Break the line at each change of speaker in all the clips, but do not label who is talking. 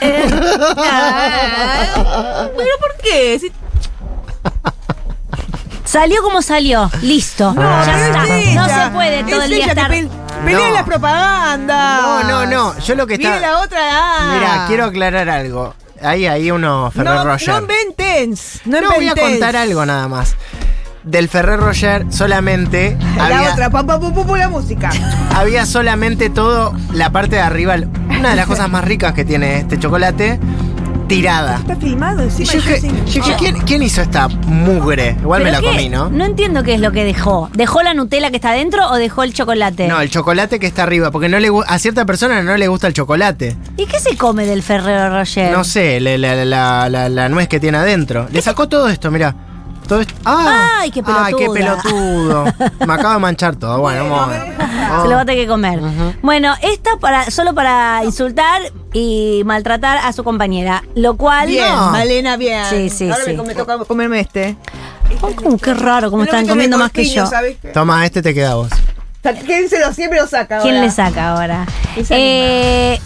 Eh, ah, ¿Pero por qué? Si-
Salió como salió, listo. ya
pero
está.
es ella.
No se puede todo
Es
el día
ella que
estar.
pel- pelea
No.
la propaganda.
No, no, no. Yo lo que
Viene
estaba.
la otra. Ah.
Mira, quiero aclarar algo. Ahí, ahí uno Ferrer
No, no
Roger.
inventes. No,
No, voy a
inventes.
contar algo nada más. Del Ferrer Roger solamente
La
había,
otra, pam, pam, pum, pum, pum, la música.
había solamente todo la parte de arriba. Una de las cosas más ricas que tiene este chocolate tirada.
Está filmado
Y
encima.
yo
yo Ah.
dije,
sin-
yo dije, ¿quién, quién hizo esta mugre? Igual me
¿Pero
la
qué?
comí, ¿no?
No entiendo qué es lo que dejó. ¿Dejó la Nutella que está adentro o dejó el chocolate?
No, el chocolate que está arriba, porque no le gu- a cierta persona no le gusta el chocolate.
¿Y qué se come del Ferrero Rocher?
No sé, la, la- la- la- la nuez que tiene adentro. Le sacó todo esto, mira. Todo esto. ¡Ah!
Ay, qué
¡Ay, qué
pelotuda.
pelotudo! Me acabo de manchar todo. Bueno, vamos a ver. Oh.
Se lo va a
Vamos.
tener que comer. Bueno, esta para, solo para insultar y maltratar a su compañera. Lo cual.
Bien,
No.
Malena, bien.
Sí, sí,
Ahora
sí.
me, come- toca comerme este.
Oh, como qué raro, como
Me lo
están
meto en
comiendo
el
más que
corpiño,
yo.
¿sabes qué?
Toma, este te queda a vos.
O sea, ¿Quién se lo siempre lo saca?
¿Quién
ahora?
le saca ahora?
Esa
Eh,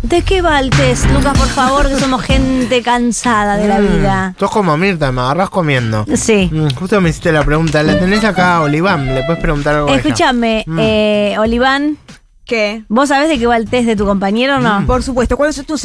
¿De qué va el test, Lucas, por favor? Que somos gente cansada de la
Mm.
vida.
Mm. Sos como Mirta, me agarrás comiendo.
Sí.
Mm, Justo me hiciste la pregunta. La tenés acá, Oliván. Le puedes preguntar algo. a ella.
Escúchame,
Mm.
eh, Oliván,
¿Qué?
¿vos sabés de qué va el test de tu compañero o no?
Mm. Por supuesto, ¿cuáles son tus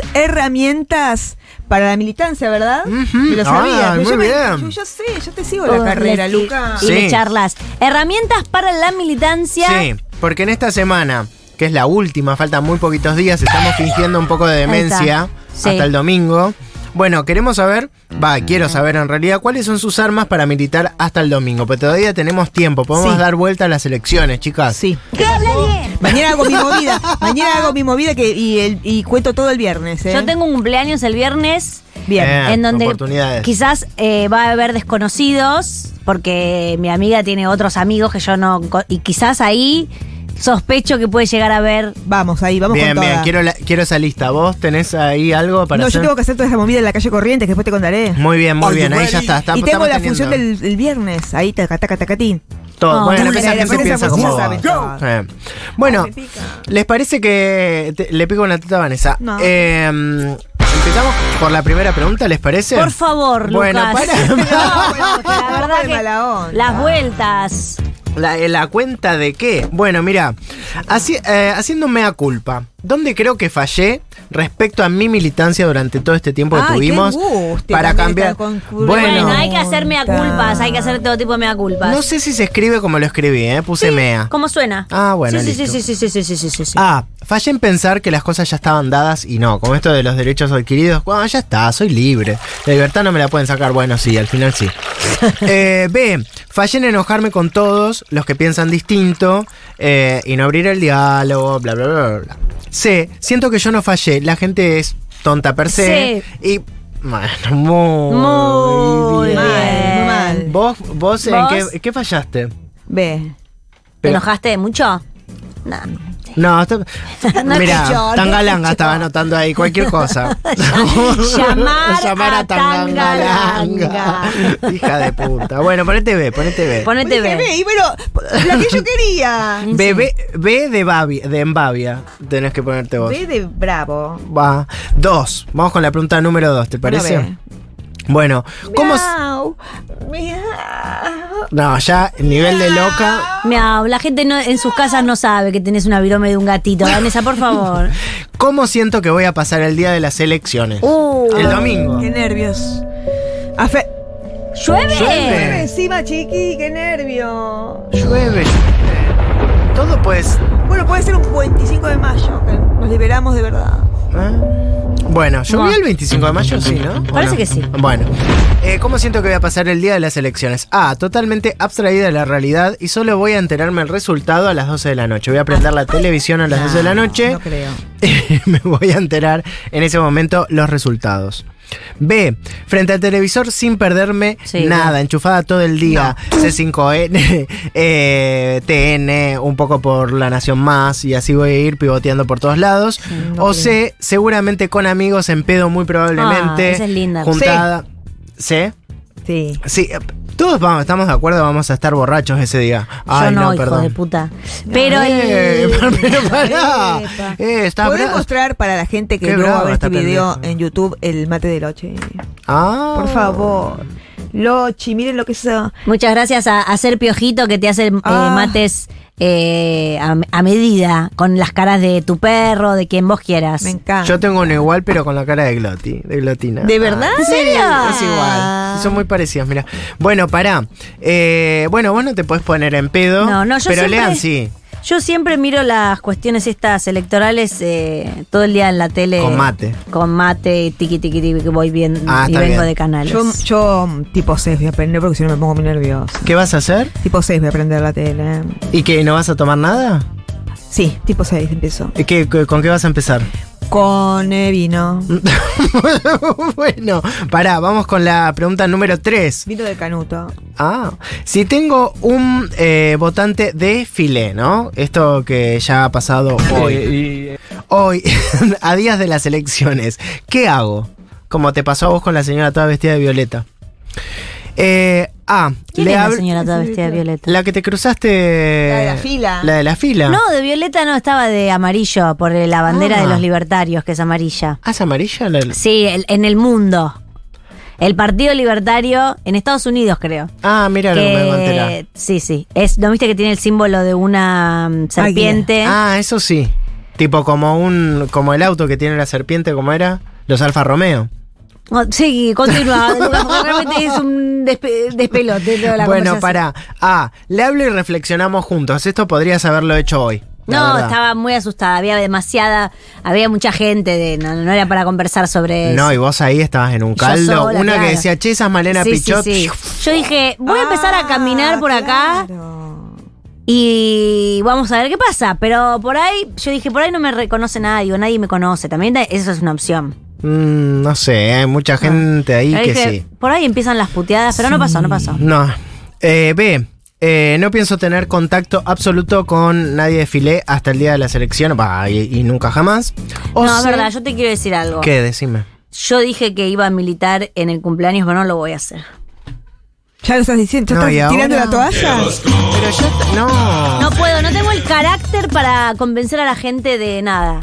herramientas para la militancia, verdad?
Ujú.
Y lo
Ah,
sabías. pero
muy
yo me-
bien.
yo ya sé, yo te sigo
Todos
la carrera,
les-
Luca.
Y, y le
Sí.
charlas. Herramientas para la militancia.
Sí, porque en esta semana, que es la última, faltan muy poquitos días, estamos fingiendo un poco de demencia
Sí.
hasta el domingo. Bueno, queremos saber, va, quiero saber en realidad cuáles son sus armas para militar hasta el domingo, pero todavía tenemos tiempo, podemos
Sí.
dar vuelta a las elecciones, chicas.
Sí.
¿Qué habla bien?
Mañana hago mi movida. Mañana hago mi movida que, y, el- y cuento todo el viernes. ¿eh?
Yo tengo un cumpleaños el viernes.
Bien.
Eh.
en donde
oportunidades.
quizás eh, va a haber desconocidos, porque mi amiga tiene otros amigos que yo no. co- Y quizás ahí sospecho que puede llegar a ver.
Vamos ahí, vamos
bien,
con
bien,
toda.
quiero, la- quiero esa lista. ¿Vos tenés ahí algo para
no, yo
hacer?
tengo que hacer toda esa movida en la calle Corrientes, que después te contaré.
Muy bien, muy bien, ahí ya está. está-
y tengo
estamos
la
teniendo
función del el viernes, ahí, taca, taca, tacatín.
Todo.
Oh,
bueno,
dura,
esa
Ah. la
gente
pobreza
piensa como
funciona,
vos.
saben todo.
Eh. Bueno,
Ay, me pica.
¿les parece que te- le pico una teta a Vanessa?
No.
Eh, empezamos por la primera pregunta, ¿les parece?
Por favor,
Bueno,
Lucas.
para.
bueno,
La verdad
de
que
mala onda.
las vueltas.
La, ¿La cuenta de qué? Bueno, mira, haci- eh, haciendo mea culpa, ¿dónde creo que fallé respecto a mi militancia durante todo este tiempo que
Ay, qué
tuvimos
angustia
para
también
cambiar?
estar con-
Bueno,
Bueno, hay que hacer mea culpas, hay que hacer todo tipo de mea culpas.
no sé si se escribe como lo escribí, ¿eh? puse mea.
¿Cómo suena?
Ah, bueno,
Sí, sí,
listo.
sí, sí, sí, sí, sí, sí, sí, sí.
Ah, fallé en pensar que las cosas ya estaban dadas y no, con esto de los derechos adquiridos, bueno, ya está, soy libre. La libertad no me la pueden sacar, bueno, sí, al final sí. Eh, B, fallé en enojarme con todos los que piensan distinto eh, y no abrir el diálogo, bla, bla, bla, bla. C, siento que yo no fallé, la gente es tonta per se. Y, bueno, muy,
Muy
bien.
bien.
Mal, mal.
¿Vos, vos, en
¿Vos?
qué, qué fallaste?
Ve.
¿Te
Pero-
enojaste mucho? No.
No, está-
No
mira,
escuchó, no
Tangalanga
escuchó.
estaba anotando ahí cualquier cosa.
Llamar a Tangalanga.
Hija de puta. Bueno, ponete B, ponete B.
Ponete B.
Dije, ve, y pero la que yo quería.
B, B, B de, Babi, de Embabia tenés que ponerte vos.
Ve de bravo.
Va. Dos. Vamos con la pregunta número dos, ¿te parece?
Una
Bueno,
¿Cómo?
¿cómo... s- No, ya, nivel de loca.
Miau, la gente no- en sus casas no sabe que tenés una virome de un gatito. Vanessa, por favor.
¿Cómo siento que voy a pasar el día de las elecciones?
Uh,
El domingo.
Qué nervios. Afe-
¿Llueve?
Llueve.
Encima, chiqui, qué nervio.
Llueve. llueve. Todo pues...
Bueno, puede ser un 25 de mayo, que nos liberamos de verdad.
¿Eh? Bueno, yo vi
Buah.
el 25 de mayo, sí, ¿no? ¿O
Parece
no?
que sí.
Bueno, eh, ¿cómo siento que voy a pasar el día de las elecciones? Ah, totalmente abstraída de la realidad y solo voy a enterarme el resultado a las 12 de la noche. Voy a prender la televisión a las 12 de la noche
Ah, No creo.
me voy a enterar en ese momento los resultados. B, frente al televisor sin perderme
Sí,
nada,
no.
enchufada todo el día, C5N, eh, TN, un poco por La Nación Más y así voy a ir pivoteando por todos lados.
no
o
creo.
C, seguramente con amigos en pedo muy probablemente.
Ah, esa es linda.
Juntada. C.
Sí.
Sí, eh, Todos vamos, estamos de acuerdo, vamos a estar borrachos ese día. Ay,
Yo no, hijo
perdón.
de puta. Pero
Eh,
el-
pero pará.
Epa.
Eh, está
¿Podés
bra-
mostrar para la gente que
Qué
luego va a
brava
ver este
esta
video
pendeja.
en YouTube el mate de Lochi?
Ah.
Oh.
Por favor. Lochi, miren lo que es ah, eso.
Muchas gracias a, a Ser Piojito que te hace eh,
Ah.
mates eh, a, a medida, con las caras de tu perro, de quien vos quieras.
Me encanta.
Yo tengo uno igual, pero con la cara de Glotti, de Glotina.
¿De verdad?
Ah,
¿En
sí,
serio?
Es igual. Son muy parecidos, mira. Bueno, pará. Eh, bueno, vos no te podés poner en pedo.
No, no, yo
Pero
siempre-
lean, sí.
Yo siempre miro las cuestiones estas electorales eh, todo el día en la tele.
Con mate.
Con mate, y tiqui tiqui tiqui, que voy bien
Ah,
y
está
vengo
bien.
de canales.
Yo, yo, mm, tipo 6 voy a aprender porque si no me pongo muy nerviosa.
¿Qué vas a hacer?
Tipo 6 voy a aprender la tele.
¿Y qué? ¿No vas a tomar nada?
Sí, tipo 6 empiezo.
¿Y qué- qué- ¿Con qué vas a empezar?
Con eh, vino.
Mm. bueno, pará, vamos con la pregunta número 3.
Vino de Canuto.
Ah, si tengo un eh, votante de filé, ¿no? Esto que ya ha pasado hoy. Hoy, a días de las elecciones, ¿qué hago? Como te pasó a vos con la señora toda vestida de violeta. Eh, ah,
¿Quién es la
habl-
señora toda vestida de violeta?
la que te cruzaste.
La de la fila.
La de la fila.
No, de violeta no, estaba de amarillo, por la bandera
Ah.
de los libertarios, que es amarilla.
Ah, es amarilla la.
Sí, el- en el mundo. El Partido Libertario en Estados Unidos, creo.
Ah, mira,
que-
me voy a enterar.
sí, sí. Es, ¿No viste que tiene el símbolo de una mm, serpiente?
Ah, eso sí. Tipo como un. como el auto que tiene la serpiente, como era. Los Alfa Romeo.
Oh, sí, continúa. porque Realmente es un despe- despelote toda la
bueno,
conversación.
para. Ah, le hablo y reflexionamos juntos. Esto podrías haberlo hecho hoy. la
No,
verdad.
estaba muy asustada. Había demasiada. Había mucha gente. De, no, no era para conversar sobre eso.
No, y vos ahí estabas en un caldo.
sola,
Una
claro.
que decía, che, esa es Malena
Sí, sí,
Pichot.
sí. Yo dije, voy a empezar a
Ah,
caminar por acá
claro.
y vamos a ver qué pasa. Pero por ahí, yo dije, por ahí no me reconoce nadie, o nadie me conoce. También da- eso es una opción.
Mm, no sé, hay mucha gente ahí
Pero
que
dije,
sí.
Por Ah. ahí empiezan las puteadas, pero no pasó, no pasó.
No. Eh, B. eh, no pienso tener contacto absoluto con nadie de filé hasta el día de la selección. Bah, y, y nunca jamás. O
no, es
C,
verdad, yo te quiero decir algo.
¿Qué? Decime.
Yo dije que iba a militar en el cumpleaños, pero no lo voy a hacer.
Ya lo estás diciendo. ¿Ya
No, ¿y
¿Estás tirando
ahora?
la toalla?
Pero yo. t- No.
No puedo, no tengo el carácter para convencer a la gente de nada.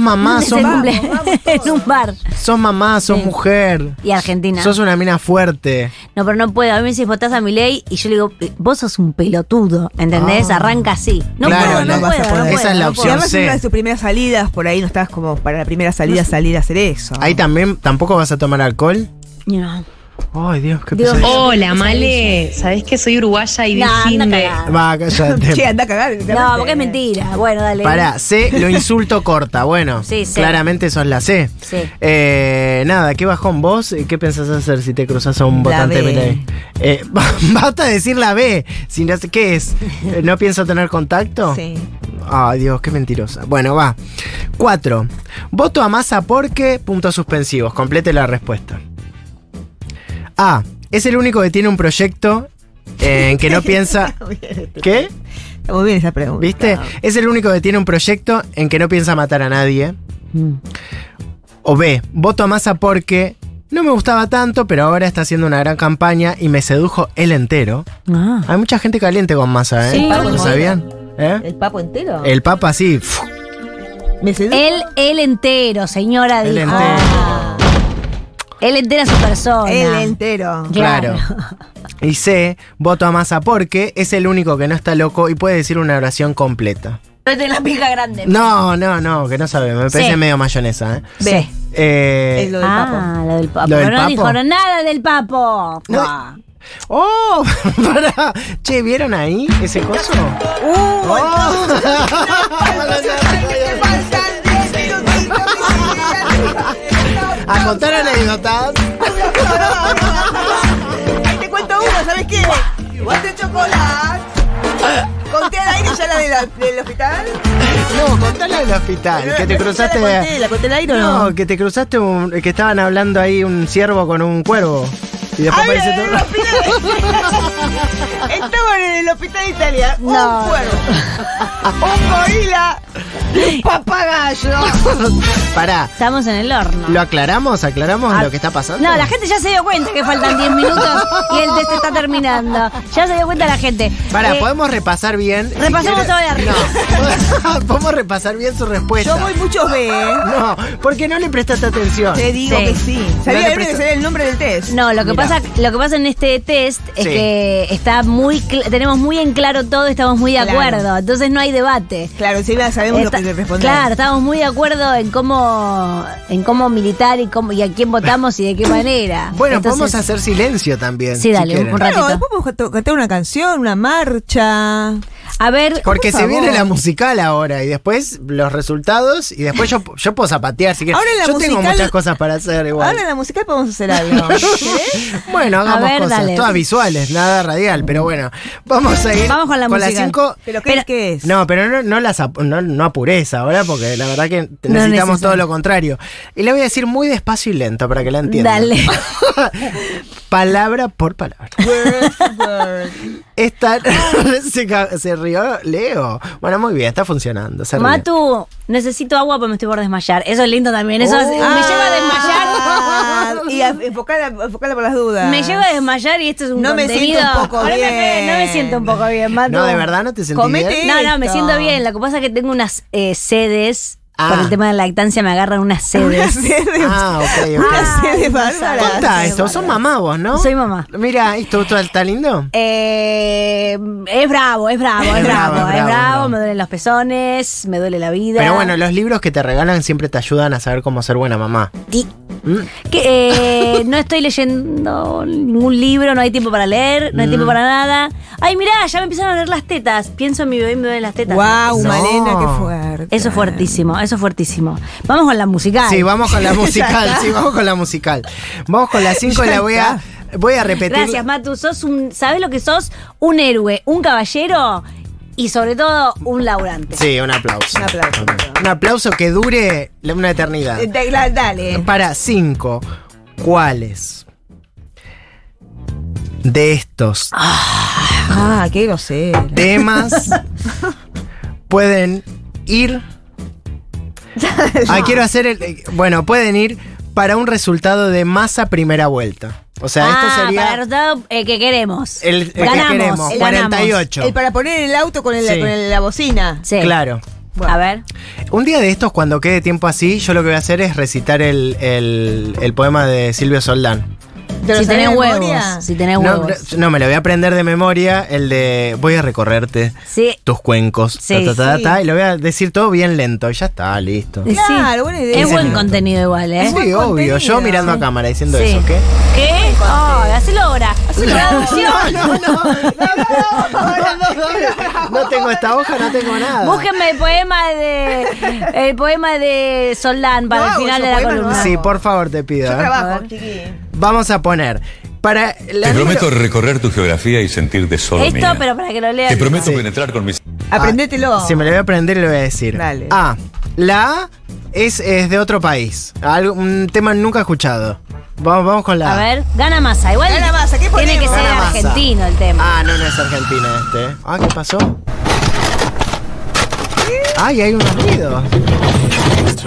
mamá,
Es
sos,
el
mu-
cumple- en un bar.
sos mamá, sos
Sí.
mujer.
Y Argentina.
Sos una mina fuerte.
No, pero no puedo. A mí me decís, votás a mi ley y yo le digo, "Eh, vos sos un pelotudo, ¿entendés?
Ah.
Arranca así. No
Claro,
puedo, no,
no vas
puedo,
a
no
poder.
puedo,
Esa es la
no
Y
opción.
puedo.
además
sé.
en una de tus primeras salidas, por ahí no estabas como para la primera salida salir a hacer eso.
Ahí también tampoco vas a tomar alcohol.
No.
Ay, Dios, qué
Dios.
pesadilla.
Hola, Male. Sabés que soy uruguaya y
No, anda a
virgen de.
cagar.
Va, cállate.
Che, anda a cagar.
No, porque es mentira. Bueno, dale.
Pará, C, lo insulto corta. Bueno,
Sí, sí.
claramente sos la C.
Sí.
Eh, nada, ¿qué bajón vos? Eh, ¿Qué pensás hacer si te cruzas a un
La
votante
B.
Milei? Eh, basta decir la B. Si no sé qué es. Eh, ¿No pienso tener contacto?
Sí.
Ay, Dios, qué mentirosa. Bueno, va. 4. Voto a masa porque. Puntos suspensivos. Complete la respuesta. A. Es el único que tiene un proyecto eh, en que no piensa. ¿Qué?
Está Muy bien esa pregunta.
¿Viste? Es el único que tiene un proyecto en que no piensa matar a nadie.
Mm.
O B. Voto a masa porque. No me gustaba tanto, pero ahora está haciendo una gran campaña y me sedujo él entero.
Ah.
Hay mucha gente caliente con masa, ¿eh?
Sí.
¿Lo sabían? ¿Eh?
¿El papo entero?
El Papa sí. pf,
Me sedujo.
Él, él entero, señora,
Él
dijo.
entero.
Ah. Él entera su persona.
Él entero.
Claro. Y C, voto a Massa porque es el único que no está loco y puede decir una oración completa.
Vete la pica grande.
No, no, no, que no sabe, me parece
Sí.
medio mayonesa. ¿eh?
Ve.
Eh,
Es lo del papo.
Ah, lo del papo.
¿Lo del
Pero no
papo?
dijeron nada del papo.
No.
Ah.
¡Oh! pará. Che, ¿vieron ahí ese coso?
¡Uh!
¡Oh! a contar anécdotas.
Ahí te cuento uno, ¿sabes qué? ¿Jugaste chocolate? Conté al aire ya la de la- del hospital.
No, contala del hospital, que Ah, te cruzaste.
¿Ya la conté? ¿La conté al aire o no?
No, que te cruzaste un, que estaban hablando ahí un ciervo con un cuervo. Y después
Ay,
aparece
en el
todo.
hospital. Estamos en el hospital de Italia.
No.
Un cuervo. Un gorila. Un papagayo.
Pará,
Estamos en el horno.
¿lo aclaramos? ¿Aclaramos lo que está pasando?
Ah, No, la gente ya se dio cuenta que faltan 10 minutos y el test está terminando. Ya se dio cuenta la gente.
Pará,
Eh,
podemos repasar bien.
repasemos
Si
todo de arriba.
No, podemos repasar bien su respuesta.
Yo voy muchos B, ¿eh?
No, porque no le prestaste atención.
Te digo
Sí.
que sí. Sabía
No te
Evelyn, que
presto-
sabía el nombre del test.
No, lo que
Mirá.
pasa, lo que pasa en este test es
Sí.
que está muy, cl- tenemos muy en claro todo, estamos muy de
Claro.
acuerdo, entonces no hay debate.
Claro, sí, la sabemos
Está-
lo que responder.
claro, estamos muy de acuerdo en cómo, en cómo militar y cómo y a quién votamos y de qué manera.
Bueno,
Entonces,
podemos hacer silencio también.
Sí, dale,
si quieren.
un rato.
Claro,
ratito.
después podemos to- cantar una canción, una marcha.
A ver,
Porque
Por
se
favor.
viene la musical ahora y después los resultados y después yo, yo puedo zapatear. Si quieres.
Ahora en la
yo tengo
musical-
muchas cosas para hacer igual.
Ahora en la musical podemos hacer algo. ¿Querés?
Bueno, hagamos
ver,
cosas,
dale.
todas visuales, nada radial, pero bueno, vamos a ir
Vamos con la
con las
musical.
cinco.
¿Pero qué,
Pero-
qué es?
No, pero no, no, las ap- no, no apures ahora, porque la verdad que
es
necesitamos
necesario.
todo lo contrario. Y le voy a decir muy despacio y lento para que la entiendan.
Dale.
palabra por palabra.
Word for word.
Esta se, ca- se rió Leo. Bueno, muy bien, está funcionando. se rió.
Matu, necesito agua porque me estoy por desmayar. Eso es lindo también, eso es- me
Oh.
lleva a desmayar.
Ah, y a- enfocarla, enfocarla por las dudas.
Me lleva a desmayar y esto es un
No me siento
contenido.
un poco
Ahora me pe-
bien.
No me siento un poco bien, Matu.
No, de verdad no te sentís
Comete
bien?
No, no, me
Esto.
siento bien. Lo que pasa es que tengo unas eh, sedes. Por
Ah.
el tema de la lactancia me agarran unas
Una
sedes.
sede.
Ah, ok, ok.
una sede
Ay, no
bárbara.
sabes.
Contá esto, sos mamá vos, ¿no?
Soy mamá.
Mira, ¿y tú, tú está lindo?
Eh, es bravo, es bravo, es, bravo, es bravo,
bravo.
Me duelen los pezones, me duele la vida.
Pero bueno, los libros que te regalan siempre te ayudan a saber cómo ser buena mamá.
Y-
Mm.
que, eh, no estoy leyendo ningún libro, no hay tiempo para leer, no hay tiempo para nada. Ay, mirá, ya me empiezan a doler las tetas. Pienso en mi bebé y me duelen las tetas.
Wow,
No.
Malena, qué fuerte.
Eso es fuertísimo, eso es fuertísimo. Vamos con la musical.
Eh. Sí, vamos con la
Ya
musical,
está.
sí, vamos con la musical. Vamos con las 5
Ya
la voy a, voy a repetir.
Gracias, Matu. Sos un, ¿Sabes lo que sos? Un héroe, un caballero y sobre todo un laburante.
Sí, un aplauso.
Un aplauso.
Un aplauso que dure una eternidad.
Eh, da- la- Dale.
Para 5, ¿cuáles? De estos
Ah, qué grosera.
temas pueden ir. Ah, quiero hacer el. Bueno, pueden ir para un resultado de masa primera vuelta. O sea,
Ah,
esto
para el
sería
resultado eh, que queremos.
el, el
ganamos,
que queremos,
el ganamos.
48.
El para poner el auto con, el-
Sí.
con el- la bocina.
Sí.
Claro.
A ver.
Un día de estos, cuando quede tiempo así, yo lo que voy a hacer es recitar el, el- el poema de Silvio Soldán.
¿Te lo
Si
sabés de
tenés huevos.
memoria?
Si tenés
No,
huevos.
no, no, me lo voy a aprender de memoria, el de voy a recorrerte
Sí.
tus cuencos,
Sí,
ta, ta, ta,
sí.
ta, y lo voy a decir todo bien lento, y ya está, listo.
Sí.
Claro, buena idea.
Es buen
Sí.
contenido igual, ¿eh?
Sí, obvio,
contenido.
yo mirando a
Sí.
cámara diciendo
Sí.
eso, ¿qué?
¿Qué? Oh, hacelo ahora. Hacelo traducción.
no, no, no, no tengo esta hoja, no tengo nada.
Búsquenme el poema de el poema de Soldán para
No
el
hago
final
yo
de la
poema, no
columna.
hago.
Sí, por favor, te pido.
Yo
¿eh?
trabajo, Ah, chiqui.
Vamos a poner, para la
Te
número-
prometo recorrer tu geografía y sentirte solo
Esto,
mía.
pero para que lo lean.
Te prometo penetrar con mis...
Aprendetelo.
Si me lo voy a aprender, lo voy a decir.
Ah, Dale.
A. La A es, es de otro país. Algo- un tema nunca escuchado. Vamos, vamos con la
A ver, gana masa. Igual
Gana Massa, ¿qué
tiene que
ponemos?
ser
Gana Massa.
argentino el tema.
Ah, no, no es Argentina este. ¿eh? Ah, ¿qué pasó? Ay, hay unos ruidos.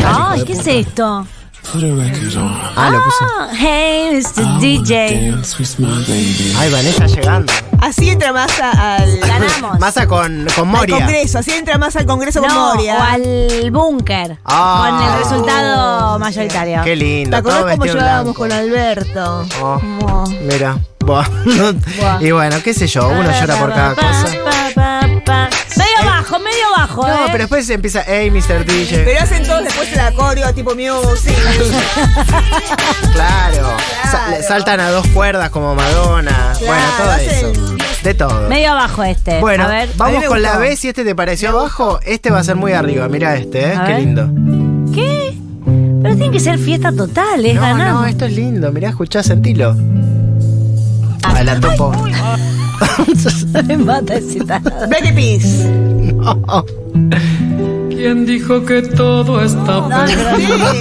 Ay, ¿qué es esto?
Put a record on.
Ah, lo puso. Ah,
Ah, hey, Mr.
I
DJ.
wanna Dance with my baby.
Ay, Vanessa llegando.
Así entra Massa al, al
Ganamos.
Massa con, con Moria.
Congreso. Así entra Massa al Congreso con
No,
Moria.
o al búnker.
Ah.
Con el resultado mayoritario.
Qué lindo.
¿Te acordás
todo
cómo
vestido
llevábamos
blanco.
con Alberto?
Oh,
Como-
mira. Buah. y bueno, qué sé yo, uno llora por cada
Pa,
cosa.
pa, pa, pa. Medio bajo, medio bajo.
No,
eh.
pero después se empieza, hey, Mr. DJ.
Pero hacen todos después el acorio, tipo music.
Claro. Sa- le saltan a dos cuerdas como Madonna. bueno, todo eso.
hacen-
De todo.
Medio bajo este.
Bueno,
a ver.
a
vamos
mí me
con la
gustó.
B. Si este te pareció abajo, este va a ser muy arriba. Mira este, ¿eh?
A
Qué
ver.
lindo.
¿Qué? Pero tiene que ser fiesta total, es
No,
ganar.
no, esto es lindo. Mirá, escuchá, sentilo. Adelante un poco.
Me mata ese tarado.
Black Eyed Peas.
No.
¿Quién dijo que todo está
No,
perdido?
Sí.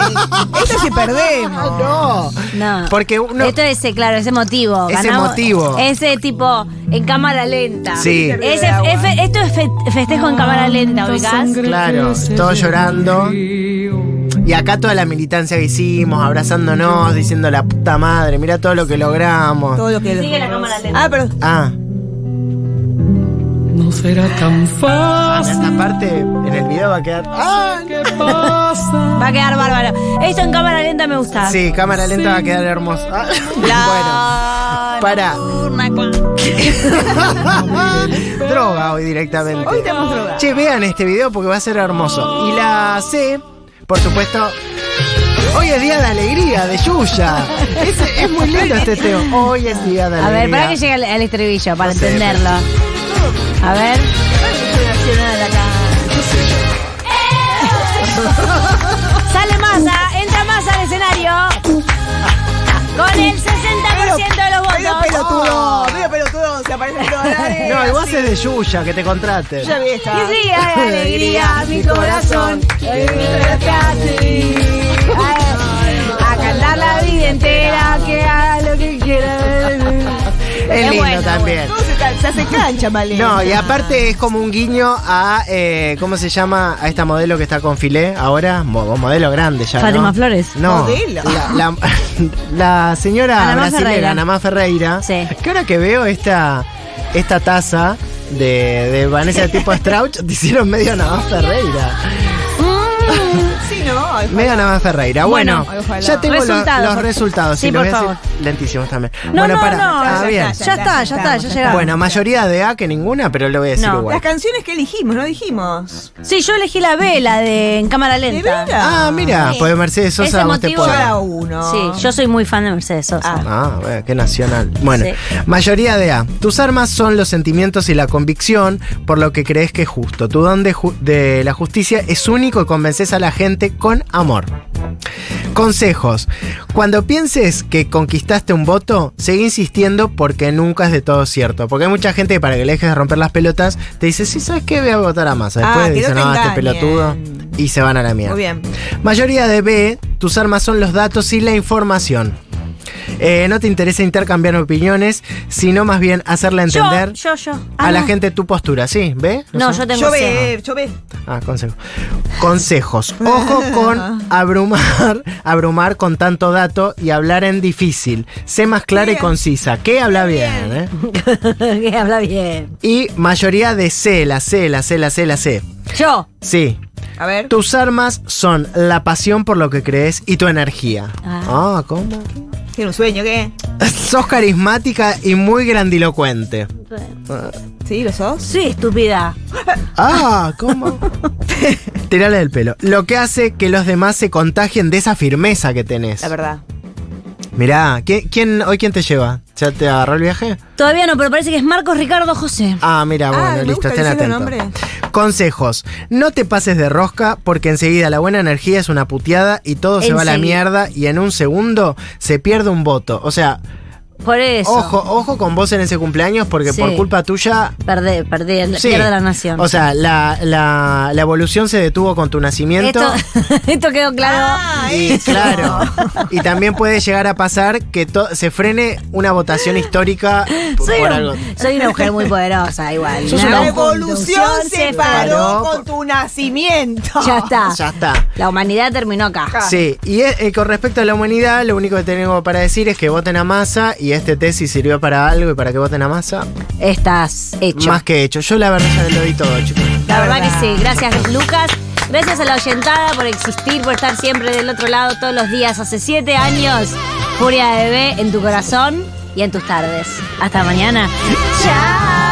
Esto sí perdemos.
No,
No.
Porque uno.
Esto es, eh, claro, ese motivo.
Ese motivo.
Ese tipo, en cámara lenta.
Sí.
Ese, efe- esto es fe- festejo en cámara lenta, ubicás.
Claro, todos llorando. Y acá toda la militancia que hicimos, abrazándonos, diciendo la puta madre, mira todo lo que logramos.
Todo lo que.
Sigue la cámara lenta.
Ah, pero.
Ah,
No será tan fácil.
esta parte en el video va a quedar. ¡Ah!
¿Qué pasa?
Va a quedar bárbaro. Esto en cámara lenta me gusta.
Sí, cámara lenta va a quedar hermosa. Ah,
Ah, La Ah,
Bueno, para.
nocturna cua-
Bueno, droga hoy directamente.
Hoy tenemos droga.
Che, vean este video porque va a ser hermoso. Y la C, por supuesto. Hoy es día de alegría, de Yuya. Es, es muy lindo este tema. Hoy es día de
A
alegría.
ver, para que llegue al, al estribillo, para
No sé,
entenderlo. A ver. Sale masa, entra masa al escenario. Con el 60% de los
Medio
votos. Oh.
pelotudo, medio pelotudo, se aparece en dólares.
No, igual
así.
es de Yuya, que te contraten.
Ya vi esta.
Y sí, hay alegría, mi corazón. vibrarte a ti. A a cantar la vida entera, que haga lo que quiera.
Es lindo
bueno,
también.
Todo se, can- se hace cancha, Malena.
No, y aparte es como un guiño a, eh, ¿cómo se llama? A esta modelo que está con Filé ahora, mo- modelo grande ya. ¿no?
Fátima Flores.
No,
Modelo.
La, la- la señora
Ana Má Ferreira.
brasilera, Ana Má Ferreira.
Sí.
Que ahora que veo esta, esta taza de, de Vanessa tipo Strauch, te hicieron medio Ana Má Ferreira.
Sí, no. es-
Medio Ana Má Ferreira. Bueno,
Bueno, ojalá.
ya tengo los-
Resultados,
los,
por-
resultados.
Sí,
los
por
voy a decir lentísimos también. bueno, para. ah,
ya
bien.
está,
Ya está, ya está, ya llegamos.
Bueno, mayoría de A que ninguna, pero lo voy a decir
No,
igual.
Las canciones que elegimos, no dijimos.
Sí, yo elegí la vela de en cámara
¿De
lenta.
veras?
Ah, mira, pues Mercedes
Ese
Sosa, vos te
motivo-
podés.
Cada uno.
Sí, yo soy muy fan de Mercedes Sosa.
Ah.
Ah, bueno, qué nacional. Bueno,
Sí.
mayoría de A. Tus armas son los sentimientos y la convicción por lo que crees que es justo. Tu don de, ju- de la justicia es único y convences a la gente con amor. Consejos. Cuando pienses que conquistaste un voto, sigue insistiendo porque nunca es de todo cierto. Porque hay mucha gente que para que le dejes de romper las pelotas, te dice, sí, ¿sabes qué? Voy a votar a Massa.
Ah,
Después
que no
dicen,
te
no, este
engañen".
pelotudo. Y se van a la mierda.
Muy bien.
Mayoría de B, tus armas son los datos y la información. Eh, no te interesa intercambiar opiniones, sino más bien hacerle entender
Yo, yo, yo.
a
Ah,
la
no.
gente tu postura, ¿sí? ¿Ve?
No,
sé.
yo tengo
Yo
cero.
ve, yo ve.
Ah, consejo. Consejos. Ojo con abrumar, abrumar con tanto dato y hablar en difícil. Sé más clara y
Bien.
concisa. Que habla bien, ¿eh?
que habla bien.
Y mayoría de C, la C, la C, la C, la C.
Yo.
Sí,
A ver.
Tus armas son la pasión por lo que crees y tu energía.
Ah.
Ah, ¿cómo?
Tiene un sueño, ¿qué?
Sos carismática y muy grandilocuente.
Sí, lo sos.
Sí, estúpida.
Ah, ¿cómo? Tirale del pelo. Lo que hace que los demás se contagien de esa firmeza que tenés.
La verdad.
Mirá, ¿quién, quién- hoy quién te lleva? ¿Ya te agarró el viaje?
Todavía no, pero parece que es Marcos Ricardo José.
Ah, mira, bueno,
me
listo,
gusta
estén
decir los
atentos.
nombres.
Consejos. No te pases de rosca porque enseguida la buena energía es una puteada y todo se va a la
Enseguida.
mierda y en un segundo se pierde un voto. O sea,
Por eso.
Ojo, ojo con vos en ese cumpleaños porque
Sí.
por culpa tuya...
Perdé, perdí, el-
sí.
pierde la nación.
O sea, la, la- la evolución se detuvo con tu nacimiento.
esto, esto quedó claro.
Ah,
y
eso.
claro. Y también puede llegar a pasar que to- se frene una votación histórica p-
soy,
por
un-
algo.
soy una mujer muy poderosa, igual.
Sos
¿no?
una-
La evolución se paró
por-
con tu nacimiento.
Ya está.
Ya está.
La humanidad terminó acá.
Sí, y eh, eh, con respecto a la humanidad, lo único que tengo para decir es que voten a masa y este test si sirvió para algo y para que voten a masa,
Estás hecho.
más que hecho. Yo la verdad ya lo di todo, chicos.
La verdad que
verdad.
sí. Gracias, Lucas. Gracias a la oyentada por existir, por estar siempre del otro lado todos los días. Hace siete años, Furia de Bebé en tu corazón y en tus tardes. Hasta mañana. Chao.